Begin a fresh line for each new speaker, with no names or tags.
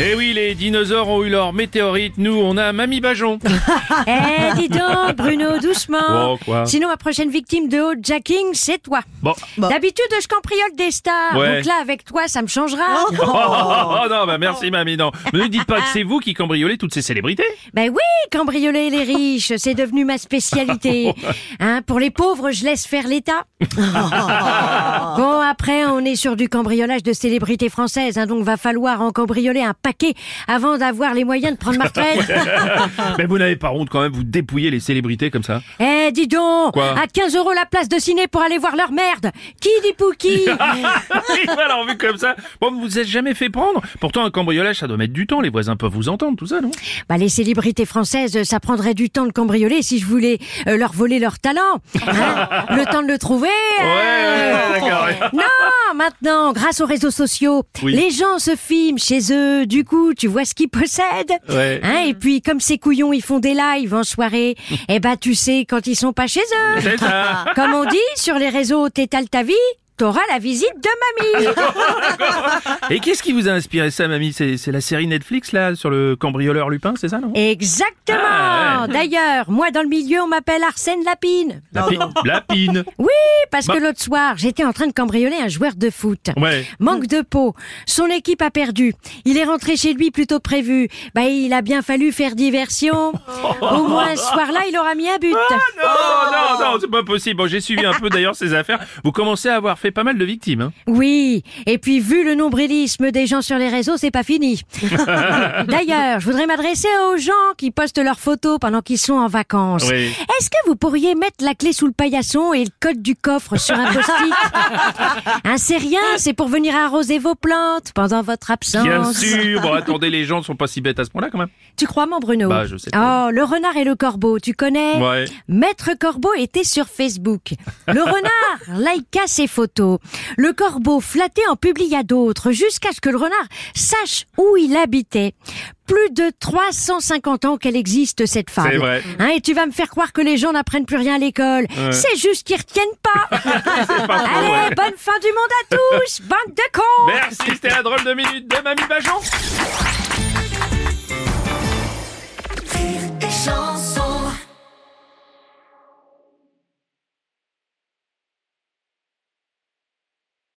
Eh oui, les dinosaures ont eu leur météorite, nous on a Mamie Bajon.
Eh, dis donc, Bruno, doucement.
Oh, quoi
Sinon, ma prochaine victime de hijacking, c'est toi.
Bon.
D'habitude, je cambriole des stars.
Ouais.
Donc là, avec toi, ça me changera.
Oh, non, bah merci Mamie, non. Mais ne dites pas que c'est vous qui cambriolez toutes ces célébrités.
Ben oui, cambrioler les riches, c'est devenu ma spécialité. Hein, pour les pauvres, je laisse faire l'État. Bon, après, on est sur du cambriolage de célébrités françaises, hein, donc va falloir en cambrioler un paquet avant d'avoir les moyens de prendre ma retraite.
Mais vous n'avez pas honte quand même, vous dépouillez les célébrités comme ça.
Eh, dis donc
Quoi
À 15 euros la place de ciné pour aller voir leur merde Qui dit pouki
Oui, Alors vu comme ça, bon, vous vous êtes jamais fait prendre. Pourtant un cambriolage ça doit mettre du temps, les voisins peuvent vous entendre, tout ça, non
Bah, les célébrités françaises, euh, ça prendrait du temps de cambrioler si je voulais euh, leur voler leur talent. Hein le temps de le trouver. euh.
ouais, d'accord.
Non, maintenant, grâce aux réseaux sociaux,
Oui.
les gens se filment chez eux. Du coup, tu vois ce qu'ils possèdent.
Ouais.
Hein, et puis, comme ces couillons, ils font des lives en soirée. eh bah, tu sais, quand ils sont pas chez eux.
C'est ça.
Comme on dit sur les réseaux, t'étales ta vie. T'auras la visite de mamie.
Et qu'est-ce qui vous a inspiré ça, Mamie C'est c'est la série Netflix là sur le cambrioleur Lupin, c'est ça, non
Exactement.
Ah, ouais.
D'ailleurs, moi dans le milieu, on m'appelle Arsène Lapine.
La pi- Lapine.
Oui, parce
Bah-
que l'autre soir, j'étais en train de cambrioler un joueur de foot.
Ouais.
Manque de peau. Son équipe a perdu. Il est rentré chez lui plus tôt que prévu. Bah, il a bien fallu faire diversion. Au moins, ce soir-là, il aura mis un but.
Oh non, non, c'est pas possible. Bon, j'ai suivi un peu d'ailleurs ces affaires. Vous commencez à avoir fait pas mal de victimes. Hein.
Oui. Et puis, vu le nombrilisme des gens sur les réseaux, c'est pas fini. D'ailleurs, je voudrais m'adresser aux gens qui postent leurs photos pendant qu'ils sont en vacances.
Oui.
Est-ce que vous pourriez mettre la clé sous le paillasson et le code du coffre sur un post-it Hein, c'est rien, c'est pour venir arroser vos plantes pendant votre absence.
Bien sûr. Bon, attendez, les gens ne sont pas si bêtes à ce point-là quand même.
Tu crois, mon Bruno
Bah, je sais pas.
Oh, le renard et le corbeau, tu connais
Ouais.
Maître Corbeau était sur Facebook. Le renard likea ses photos. Le corbeau flatté en publia d'autres jusqu'à ce que le renard sache où il habitait. Plus de 350 ans qu'elle existe, cette femme.
C'est vrai.
Hein, et tu vas me faire croire que les gens n'apprennent plus rien à l'école.
Ouais.
C'est juste qu'ils retiennent
pas
pas.
faux,
Allez,
ouais.
bonne fin du monde à tous, bande de cons
Merci, c'était la drôle de minute de Mamie Bajon.
rire et chanson.